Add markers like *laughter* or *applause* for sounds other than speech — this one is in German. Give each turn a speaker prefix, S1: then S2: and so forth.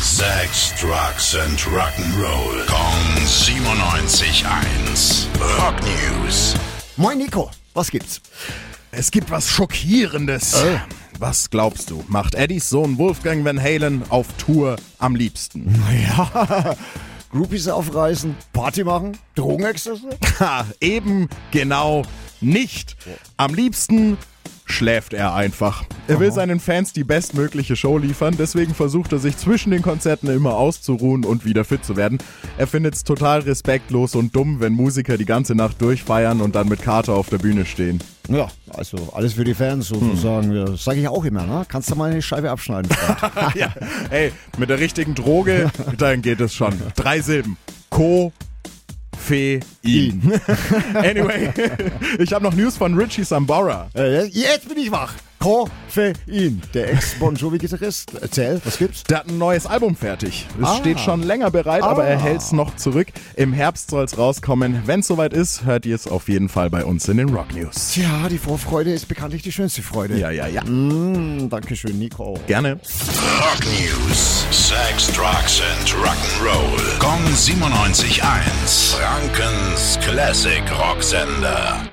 S1: Sex, Drugs and Rock'n'Roll. Kong 97.1. Rock News.
S2: Moin Nico, was gibt's?
S3: Es gibt was Schockierendes.
S2: Äh.
S3: Was glaubst du, macht Eddies Sohn Wolfgang Van Halen auf Tour am liebsten?
S2: Ja, Groupies aufreißen, Party machen, Drogenexzesse?
S3: *laughs* Ha, eben genau nicht. Am liebsten schläft er einfach. Er will seinen Fans die bestmögliche Show liefern, deswegen versucht er sich zwischen den Konzerten immer auszuruhen und wieder fit zu werden. Er findet es total respektlos und dumm, wenn Musiker die ganze Nacht durchfeiern und dann mit Kater auf der Bühne stehen.
S2: Ja, also alles für die Fans sozusagen. Das sage ich auch immer, ne? Kannst du mal eine Scheibe abschneiden? Freund?
S3: *laughs* ja, ey, mit der richtigen Droge, dann geht es schon. Drei Silben. Co. Fe. In. anyway, ich habe noch News von Richie Sambora.
S2: *laughs* äh, jetzt bin ich wach. Koffein, der Ex-Bon Jovi-Gitarrist. Erzähl, was gibt's?
S3: Der hat ein neues Album fertig. Es steht schon länger bereit, aber er hält's noch zurück. Im Herbst soll's rauskommen. Wenn's soweit ist, hört ihr es auf jeden Fall bei uns in den Rock News.
S2: Tja, die Vorfreude ist bekanntlich die schönste Freude.
S3: Ja, ja, ja.
S2: Hm, Dankeschön, Nico.
S3: Gerne.
S1: Rock News. Sex, Drugs and Rock'n'Roll. Kong 97.1. Frankens Classic Rocksender.